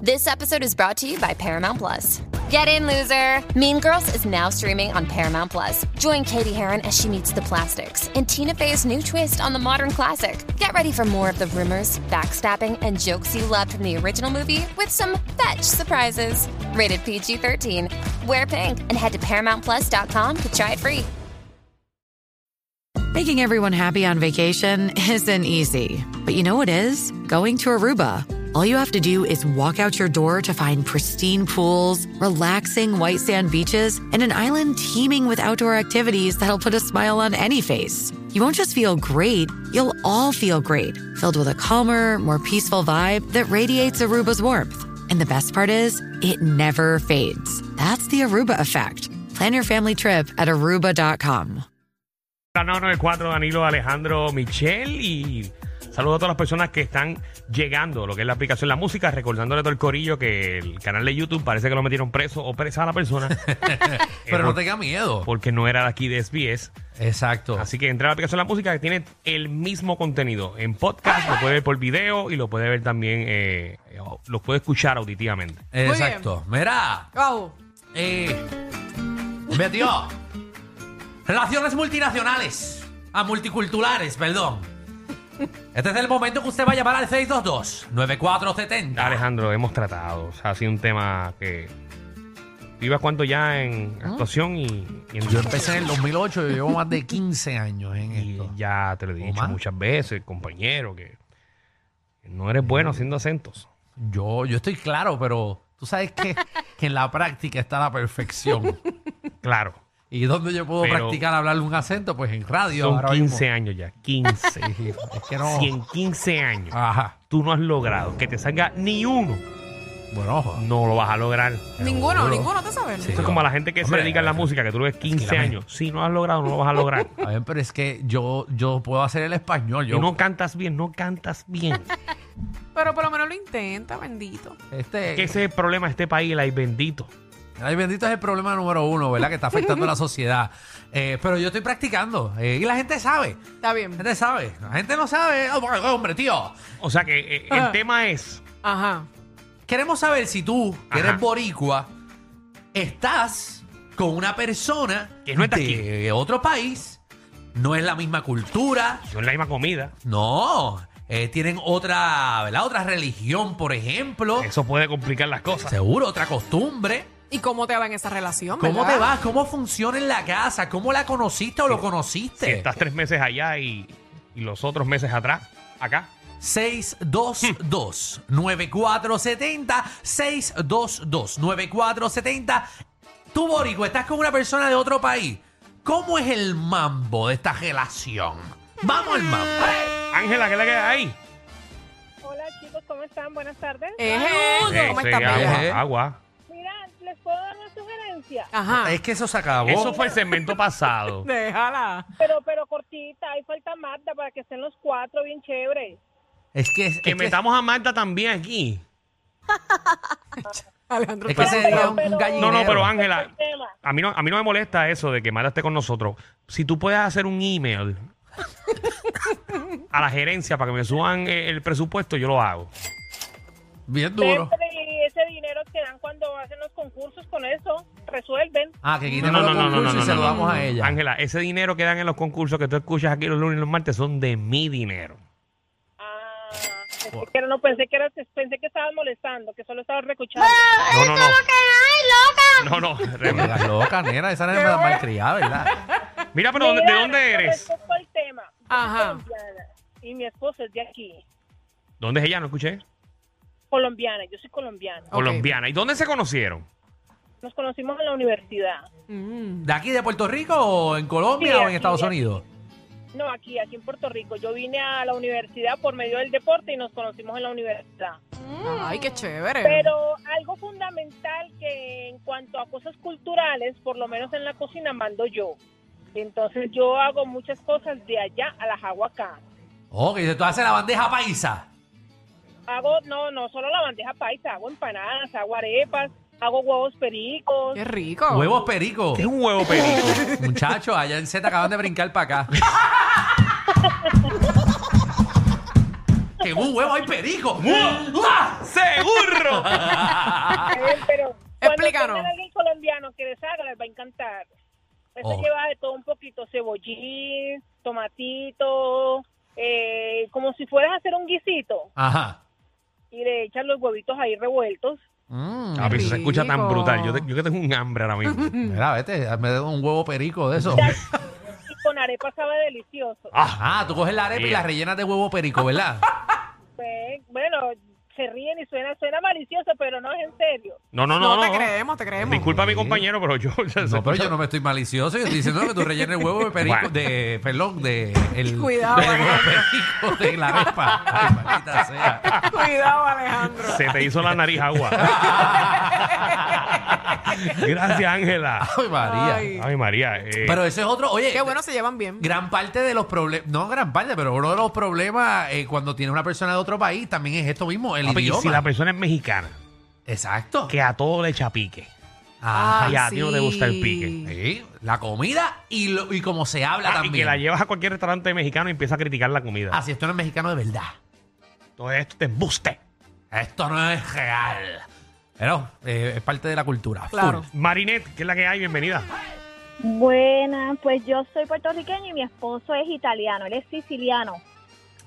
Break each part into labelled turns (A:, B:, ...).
A: This episode is brought to you by Paramount Plus. Get in, loser! Mean Girls is now streaming on Paramount Plus. Join Katie Heron as she meets the plastics in Tina Fey's new twist on the modern classic. Get ready for more of the rumors, backstabbing, and jokes you loved from the original movie with some fetch surprises. Rated PG 13. Wear pink and head to ParamountPlus.com to try it free.
B: Making everyone happy on vacation isn't easy, but you know what is? Going to Aruba. All you have to do is walk out your door to find pristine pools, relaxing white sand beaches, and an island teeming with outdoor activities that'll put a smile on any face. You won't just feel great, you'll all feel great, filled with a calmer, more peaceful vibe that radiates Aruba's warmth. And the best part is, it never fades. That's the Aruba effect. Plan your family trip at aruba.com.
C: La 994 Danilo Alejandro Michel y saludo a todas las personas que están llegando, lo que es la aplicación La Música, recordándole a todo el corillo que el canal de YouTube parece que lo metieron preso o presa a la persona
D: Pero no tenga miedo.
C: porque no era de aquí de SBS.
D: Exacto.
C: Así que entra a la aplicación La Música que tiene el mismo contenido en podcast, lo puede ver por video y lo puede ver también, eh, lo puede escuchar auditivamente.
D: Eh, Exacto. Mira.
E: Wow.
D: Eh, hombre, tío. Relaciones multinacionales. Ah, multiculturales, perdón. Este es el momento que usted va a llamar al 622-9470.
C: Alejandro, hemos tratado, o sea, ha sido un tema que... ¿Ibas cuánto ya en actuación y, y en
D: Yo empecé en el 2008, yo llevo más de 15 años en
C: Y
D: esto.
C: ya te lo he dicho
D: más?
C: muchas veces, compañero, que no eres bueno
D: Mm.
C: haciendo acentos.
D: Yo, yo estoy claro, pero tú sabes que, que en la práctica está la perfección.
C: Claro.
D: ¿Y dónde yo puedo
C: Pero-
D: practicar hablar un acento? Pues en radio.
C: Son
D: ahora
C: 15
D: mismo.
C: años ya, 15.
D: Es que no.
C: Si en 15 años
D: Ajá.
C: tú no has logrado que te salga ni uno,
D: Bueno, ojo.
C: no lo vas a lograr.
E: Ninguno,
D: Seguro.
E: ninguno, ¿te sabes?
D: Sí.
C: Eso es como a la gente que
D: Hombre,
C: se dedica a la música, que tú ves 15
D: tranquilamente.
C: años. Si no has logrado, no lo vas a lograr.
D: A ver, pero es que yo, yo puedo hacer el español. Yo,
C: Y no cantas bien, no cantas bien.
E: Pero por lo menos lo intenta, bendito.
D: este,
C: que ese es el problema de este país, la bendito.
D: Ay, bendito es el problema número uno, ¿verdad? Que está afectando a la sociedad. Eh, pero yo estoy practicando. eh, y la gente sabe.
E: Está
D: La
E: bien.
D: gente sabe. La gente no sabe. Oh, oh, hombre, tío.
C: O sea que eh, el
E: Ajá.
C: tema es,
E: Ajá.
D: Queremos saber si tú, que
C: Ajá.
D: eres boricua, estás con una persona
C: Que no está
D: de otro país. No es la misma cultura.
C: no es la misma comida.
D: No. eh, tienen otra, ¿verdad? Otra religión, por ejemplo.
C: Eso puede complicar las cosas.
D: Seguro, otra costumbre.
E: ¿Y cómo te va en esa relación?
D: ¿Cómo
E: verdad?
D: te vas? ¿Cómo funciona en la casa? ¿Cómo la conociste o lo
C: Si
D: conociste?
C: estás tres meses allá y, y los otros meses atrás, acá.
D: 622-9470. 622-9470. Tú, Borico, estás con una persona de otro país. ¿Cómo es el mambo de esta relación? Vamos al mambo.
C: Ángela, ¿qué le queda ahí?
F: Hola chicos, ¿cómo están? Buenas tardes.
E: Ejé. ¿Cómo
C: Ese,
E: estás,
C: agua,
E: bella?
D: Eh.
C: agua.
F: Mira, ¿les puedo dar una sugerencia?
E: Ajá.
D: Es que eso se acabó.
C: Ah. Eso fue el segmento pasado.
E: Déjala.
F: Pero, pero cortita, ahí falta Marta para que estén los cuatro bien chévere.
D: Es que, es
C: Que
D: que-
C: metamos a Marta también aquí.
E: Alejandro,
D: es que
E: está-
D: sería Pues un, un
C: No,
D: gallinero.
C: no, pero
F: Ese este es
C: Ángela,
F: el tema.
C: a mí no, a mí no me molesta eso de que Marta esté con nosotros. Si tú puedes hacer un email a la gerencia para que me suban eh, el presupuesto, yo lo hago.
D: Bien duro.
F: Siempre y ese dinero que dan cuando hacen los concursos con eso, resuelven.
D: Ah, que
C: No,
D: quitemos
C: no,
D: los
C: no, no,
D: concursos
C: no, no,
D: y se lo
C: no.
D: damos a ella.
C: Ángela, ese dinero que dan en los concursos que tú escuchas aquí los lunes y los martes son de mi dinero.
F: Ah, pensé que era- no pensé que era, pensé que estabas molestando, que solo estabas recochando.
A: Ah.
C: No, no, no. No, no.
D: Me
C: re-
D: la loca, nena, esa nena es malcriada, ¿verdad?
C: Mira, pero ¿dónde- ¿de
F: Mira,
C: dónde eres?
F: con respecto al tema, yo soy
E: Ajá.
F: colombiana Y mi esposo es de aquí,
C: ¿Dónde es ella? No escuché.
F: colombiana, yo soy colombiana.
E: Ok.
C: Colombiana. ¿Y dónde se conocieron?
F: Nos conocimos en la universidad.
E: Mm.
D: ¿De aquí de Puerto Rico o en Colombia
F: Sí,
D: o en
F: aquí,
D: Estados
F: aquí.
D: Unidos?
F: No, aquí, aquí en Puerto Rico. Yo vine a la universidad por medio del deporte y nos conocimos en la universidad.
E: Ay, qué chévere.
F: Pero algo fundamental que en cuanto a cosas culturales, por lo menos en la cocina, mando yo. Entonces yo hago muchas cosas de allá a la jaguacá.
D: Oh, que tú haces la bandeja paisa.
F: Hago, no, no solo la bandeja paisa, hago empanadas, hago arepas, hago huevos pericos.
E: Qué rico.
D: Huevos perico.
C: Es un huevo perico.
D: Muchachos, allá en Z acaban de brincar para acá. que en un huevo hay perico. ¡Uah!
C: ¡Seguro!
F: bien. Está bien, Eh, pero cuando
E: Explícanos.
F: tengan alguien colombiano que les haga, les va a encantar. Eso
D: Oh.
F: lleva de todo un poquito, cebollín, tomatito, eh, como si fueras a hacer un guisito
D: Ajá.
F: y le echas los huevitos ahí revueltos.
D: Mm,
C: Papi, eso se escucha tan
E: rico.
C: brutal. Yo, te- yo que tengo un hambre ahora mismo.
D: mira, vete, me da un huevo perico de eso.
F: Y con arepa sabe delicioso.
D: Ajá, Ah, tú coges la arepa y
C: Yeah.
D: la rellenas de huevo perico, ¿verdad?
F: Pues, bueno, se ríen y suena, suena malicioso, pero no es en serio.
C: No, no, no.
E: No,
C: no,
E: te creemos, te creemos.
C: Disculpa a mi
D: Sí.
C: compañero, pero yo.
D: No, pero yo no me estoy malicioso. Yo estoy diciendo que tú rellenes el huevo de perico,
C: Bueno.
D: de, perdón, de... El,
E: Cuidado,
D: de huevo perico de la arepa. Ay, maldita sea.
E: Cuidado, Alejandro.
C: Se te hizo la nariz agua. Gracias, Ángela.
D: Ay, María.
E: Ay.
C: Ay, María. eh,
D: Pero eso es otro... Oye,
E: Qué bueno se llevan bien.
D: gran parte de los problemas... No gran parte, pero uno de los problemas eh, cuando tiene una persona de otro país también es esto mismo, el
C: papi, y
D: idioma.
C: si la persona es mexicana,
D: Exacto.
C: que a todo le echa pique.
D: Ajá.
C: y a ti no te gusta el
E: sí.
C: pique.
D: Sí, la comida y, lo- y como se habla
C: Ah, y
D: también.
C: que la llevas a cualquier restaurante mexicano y empieza a criticar la comida.
D: Ah, si esto no es mexicano de verdad.
C: Todo esto te embuste.
D: Esto no es real. Pero eh, es parte de la cultura. full.
E: Claro.
C: Marinette, que es la que hay, bienvenida.
G: Buenas, pues yo soy puertorriqueño y mi esposo es italiano, él es siciliano.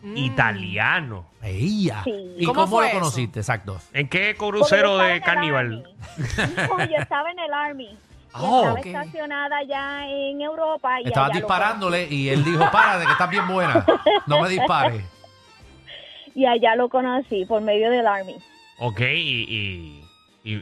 E: Mm.
C: Italiano.
D: Ella.
G: Sí.
D: ¿Y cómo,
E: ¿Cómo fue
D: lo
E: eso?
D: conociste? Exacto.
C: ¿En qué
G: Porque
C: crucero
G: yo estaba
C: de
G: en el
C: Carnival?
G: Army. No, yo estaba en el Army. Yo
D: Oh,
G: estaba
E: ok.
G: estacionada ya en Europa. Y
D: Estabas
G: allá lo
D: disparándole y él dijo, párate, que estás bien buena. No me dispares.
G: conocí. y allá lo conocí por medio del Army.
C: Ok, y. y, y-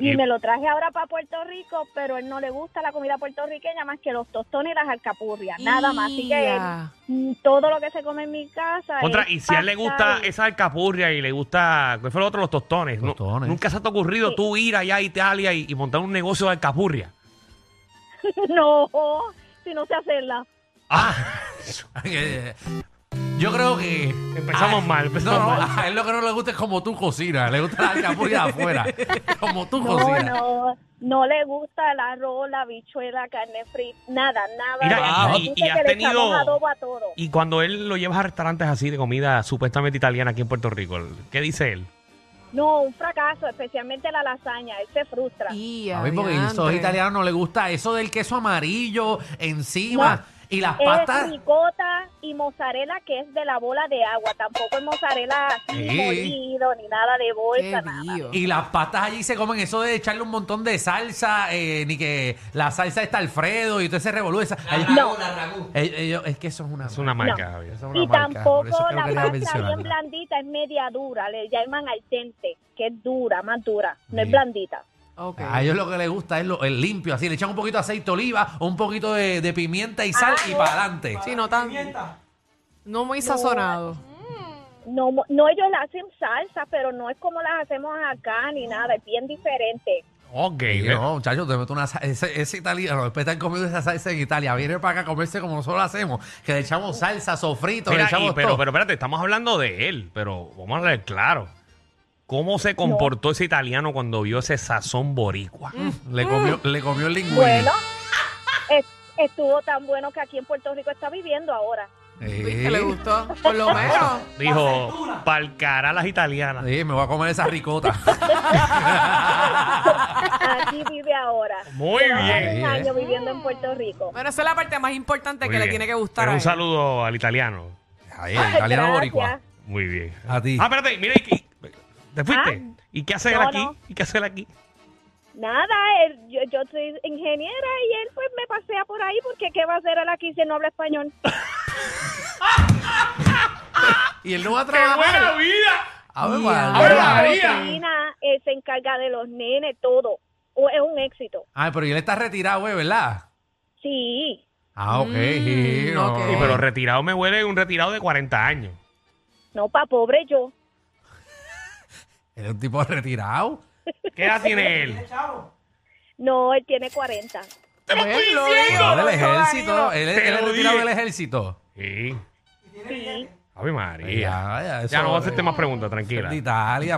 G: Y
C: y-
G: me lo traje ahora para Puerto Rico, pero él no le gusta la comida puertorriqueña más que los tostones y las alcapurrias, nada más. Así que
E: Ya.
G: mm, todo lo que se come en mi casa.
C: Contra,
G: es
C: y si a él le
G: pasta
C: gusta
G: y-
C: esa alcapurria y le gusta, ¿cuál fue lo otro? Los tostones. No-
D: Tostones.
C: Nunca se te ha ocurrido tú ir allá a Italia y, y montar un negocio de alcapurria.
G: No, si no sé hacerla.
C: Ah,
D: Yo creo que.
C: Empezamos
D: a-
C: mal, empezamos
D: no, no,
C: mal.
D: A él lo que no le gusta es como tú cocinas. Le gusta la alcapurria de afuera. Como tú
G: No,
D: cocinas.
G: no, no le gusta el arroz, la bichuela, carne frita, nada, nada.
C: Mira,
G: nada.
C: y- y-
G: Dice
C: y has
G: que le
C: tenido-
G: echamos adobo a todo.
C: y cuando él lo llevas a restaurantes así de comida supuestamente italiana aquí en Puerto Rico, ¿qué dice él?
G: No, un fracaso, especialmente la lasaña, él se frustra.
E: Y
D: A mí porque esos
E: adiantre.
D: italianos no les gusta eso del queso amarillo encima
G: No.
D: y las
G: Es
D: pastas.
G: ricota y mozzarella que es de la bola de agua, tampoco es mozzarella así
D: Sí.
G: molido ni nada de
E: Qué
G: bolsa, nada.
E: lío.
D: Y las pastas allí se comen eso de echarle un montón de salsa, eh, ni que la salsa está Alfredo y todo ese revolú. esa- Allí-
G: No.
D: Eh, ellos- es que eso es una,
C: Es una marca. Javier.
D: eso es una
G: Y
D: marca, por eso
G: tampoco
D: creo
G: la
D: que le iba a
G: pasta
D: mencionar.
G: bien blandita es media dura, le llaman al dente, que es dura, más dura, no
D: Sí.
G: es blandita.
E: Ok.
D: A ellos lo que les gusta es lo- el limpio, así le echan un poquito de aceite de oliva, un poquito de, de pimienta y sal
C: Ah,
D: y para adelante.
E: Sí, no tan. No muy sazonado.
G: No, mo- no ellos la hacen salsa, pero no es como las hacemos acá ni nada, es bien diferente.
C: Ok,
D: Y
C: ve-
D: yo, no, muchachos, te meto una salsa. Ese, ese italiano, después están comiendo esa salsa en Italia. Viene para acá a comerse como nosotros lo hacemos, que le echamos salsa, sofrito,
C: Mira,
D: le
C: y-
D: echamos
C: pero,
D: todo.
C: pero espérate, estamos hablando de él, pero vamos a hablar claro. ¿Cómo se comportó ese italiano cuando vio ese sazón boricua?
D: le, comió,
C: Mm.
D: le comió el lingüino.
G: Bueno, es- estuvo tan bueno que aquí en Puerto Rico está viviendo ahora.
E: ¿Viste? Le gustó. Por lo menos.
C: Dijo, palcará las italianas.
D: Sí, me voy a comer esa ricota.
G: Aquí vive ahora.
C: Muy
G: Lleva
C: bien.
G: varios
D: Sí,
G: años
D: ¿eh?
G: viviendo en Puerto Rico.
E: Bueno, esa es la parte más importante que
C: Muy
E: le
C: bien.
E: tiene que gustar.
C: Pero
E: a
C: un
E: él.
C: saludo al italiano.
D: Ahí, el italiano
G: Gracias.
D: boricua.
C: Muy bien.
D: A ti.
C: Ah, espérate, mira, y- y- ¿te fuiste?
E: Ah.
C: ¿Y qué hacer
G: No,
C: aquí?
G: no.
C: ¿Y qué hacer aquí?
G: Nada, él- yo, yo soy ingeniera y él pues me pasea por ahí porque ¿qué va a hacer él aquí si no habla español?
D: Y él no va a
E: Ah,
C: ¡Qué buena
D: trabajar. Ah,
C: vida!
D: A
E: Ya.
D: María.
C: Ay,
G: Él
C: María.
G: cocina, él se encarga de los nenes, todo. O- Es un éxito.
D: Ay, pero él está retirado, güey, ¿verdad?
G: Sí.
D: Ah, ok. sí,
E: Mm,
D: no.
E: ok.
C: Sí, pero retirado me huele un retirado de 40 años.
G: No, pa' pobre yo.
D: Él es un tipo retirado.
C: ¿Qué edad tiene él?
G: No, él tiene 40.
E: ¡Te lo estoy
D: No, del ejército. Él es
C: Te
D: él es
C: lo
D: retirado
C: dije.
D: del ejército.
C: Sí.
G: Sí.
C: Ave María.
D: Ya, ya, eso-
C: Ya no voy a hacerte más preguntas, tranquila.
D: De Italia,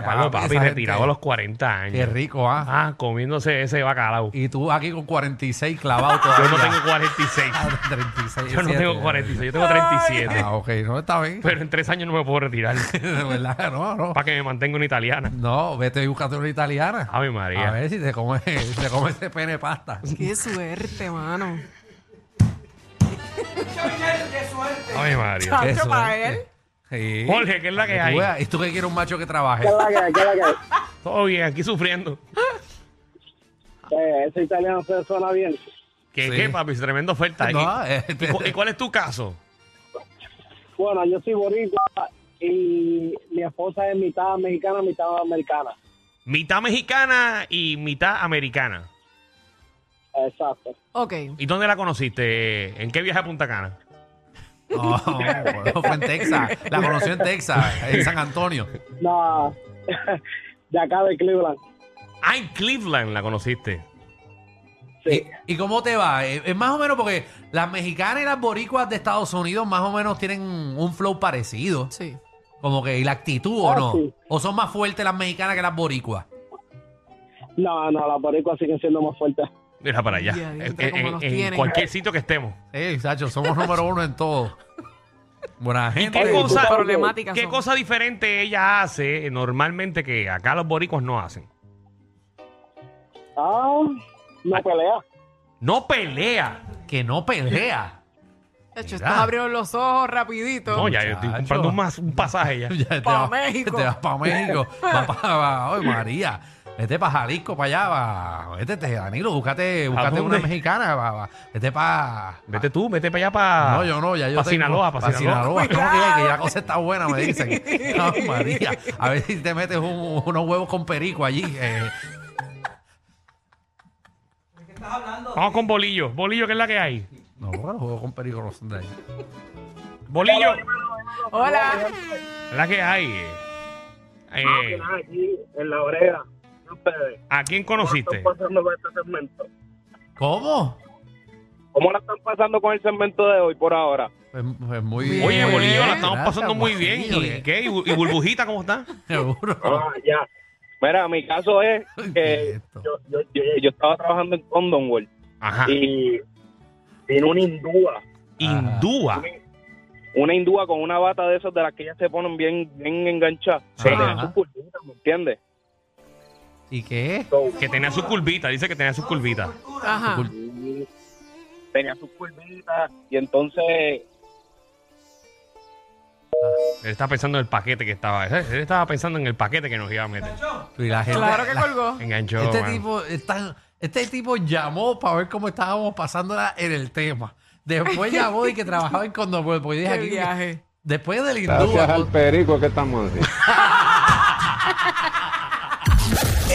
C: Ya lo,
D: papi,
C: papi,
D: esa
C: retirado
D: gente-
C: a los 40 años.
D: Qué rico, ¿ah?
C: Ah, comiéndose ese bacalao.
D: Y tú aquí con 46 clavado
C: Yo
D: todavía.
C: no tengo 46.
D: Ah, 36,
C: Yo no
D: siete.
C: tengo 46, yo tengo 37.
D: Ah, ok, no, está bien.
C: Pero en tres años no me puedo retirar.
D: de verdad, no, no.
C: Para que me mantenga una italiana.
D: No, vete y búscate una italiana.
C: Ave María.
D: A ver si te come, te come ese pene pasta.
E: Qué suerte, mano.
C: Ay, María.
E: Chacho,
D: Eso,
E: para
D: ¿eh?
E: él.
D: Sí.
C: Jorge, ¿qué es la que
D: Tú
C: hay?
D: veas, ¿Y tú qué quieres un macho que trabaje?
H: ¿Qué es la que hay? ¿Qué es la que hay?
C: Todo bien, aquí sufriendo.
H: Eh, ese italiano se suena bien.
C: ¿Qué,
D: Sí.
C: qué papi? Tremenda oferta.
D: No,
C: ¿Y-
D: eh,
C: ¿Y, cu- y cuál es tu caso?
H: Bueno, yo soy boricua y mi esposa es mitad mexicana, mitad americana.
C: Mitad mexicana y mitad americana.
H: Exacto.
E: Ok.
C: ¿Y dónde la conociste? ¿En qué viaje a Punta Cana?
D: No, no, fue en Texas. La conoció en Texas, en San Antonio.
H: No, de acá de Cleveland.
C: Ah, en Cleveland la conociste.
H: Sí.
D: ¿Y, y cómo te va? Eh, Es es más o menos porque las mexicanas y las boricuas de Estados Unidos más o menos tienen un flow parecido.
E: Sí.
D: Como que, ¿y la actitud o
H: Ah,
D: no?
H: sí.
D: ¿O son más fuertes las mexicanas que las boricuas?
H: No, no, las boricuas siguen siendo más fuertes.
C: Mira para allá.
E: Ya,
C: En,
E: ya, como
C: en-
E: los
C: en
E: tienen.
C: cualquier sitio que estemos.
D: Sí, Sacho, somos número uno en todo. Buena gente.
C: qué cosa-
H: Gonzalo,
E: Problemáticas
C: ¿Qué
E: son.
C: cosa diferente ella hace normalmente que acá los boricos no hacen?
H: Ah, no pelea.
C: No pelea.
D: Que no pelea.
E: De hecho,
C: Mira.
E: estás abriendo los ojos rapidito.
C: No, ya yo estoy
D: Muchacho.
C: comprando un, mas- un pasaje ya.
D: Ya te
E: Pa'
D: vas-
E: México.
D: Te vas para México. Va pa- ay, María. Vete para Jalisco, para allá. Va. Vete, te- Danilo, búscate, búscate una
C: dónde?
D: mexicana. va, va. Vete para...
C: Vete tú, vete para allá para...
D: No, yo no, ya yo
C: Ah, Pa'
D: tengo-
C: Sinaloa, pa'
D: pa'
C: Sinaloa.
D: Sinaloa. ¿Cómo que, ya? Que ya la cosa está buena, me dicen. Ay, María, a ver si te metes un- unos huevos con perico allí. eh.
C: Vamos con bolillo. Bolillo, ¿qué es la que hay?
D: No, bueno, los huevos con perico no son de ahí.
C: Bolillo,
E: Hola.
C: la que hay. Eh,
H: Aquí, en la oreja. Ustedes,
C: ¿A quién conociste?
H: pasando con este segmento?
D: ¿Cómo?
H: ¿Cómo la están pasando con el segmento de hoy por ahora?
D: Pues, pues muy
E: Bien.
C: Oye, Bolillo, la
E: Gracias,
C: estamos pasando muy bien. ¿Y qué? ¿Y, Bu- y Burbujita cómo está?
D: Seguro.
H: Ah, ya. Mira, mi caso es
D: ¿Qué es
H: que
D: esto?
H: yo, yo, yo, yo estaba trabajando en Condom World
C: Ajá.
H: y vino una hindúa,
C: Hindúa.
H: una hindúa con una bata de esas de las que ellas se ponen bien, bien enganchadas.
D: Sí.
H: Pero tenía
D: Ajá.
H: sus curvitas, ¿me entiendes?
D: ¿Y qué?
H: So,
C: Que tenía sus curvitas, dice que tenía sus curvitas.
E: Ajá.
H: tenía sus curvitas y entonces
C: Él estaba pensando en el paquete que estaba. Él él estaba pensando en el paquete que nos iba a meter.
D: Y la gente-
E: Claro que
D: la-
E: colgó.
C: Enganchó.
D: Este
C: mano.
D: tipo, está- este tipo llamó para ver cómo estábamos pasándola en el tema. Después llamó y que trabajaba en Condor porque dije
E: Qué
D: aquí,
E: viaje.
D: después del hindúa,
I: perico que estamos así.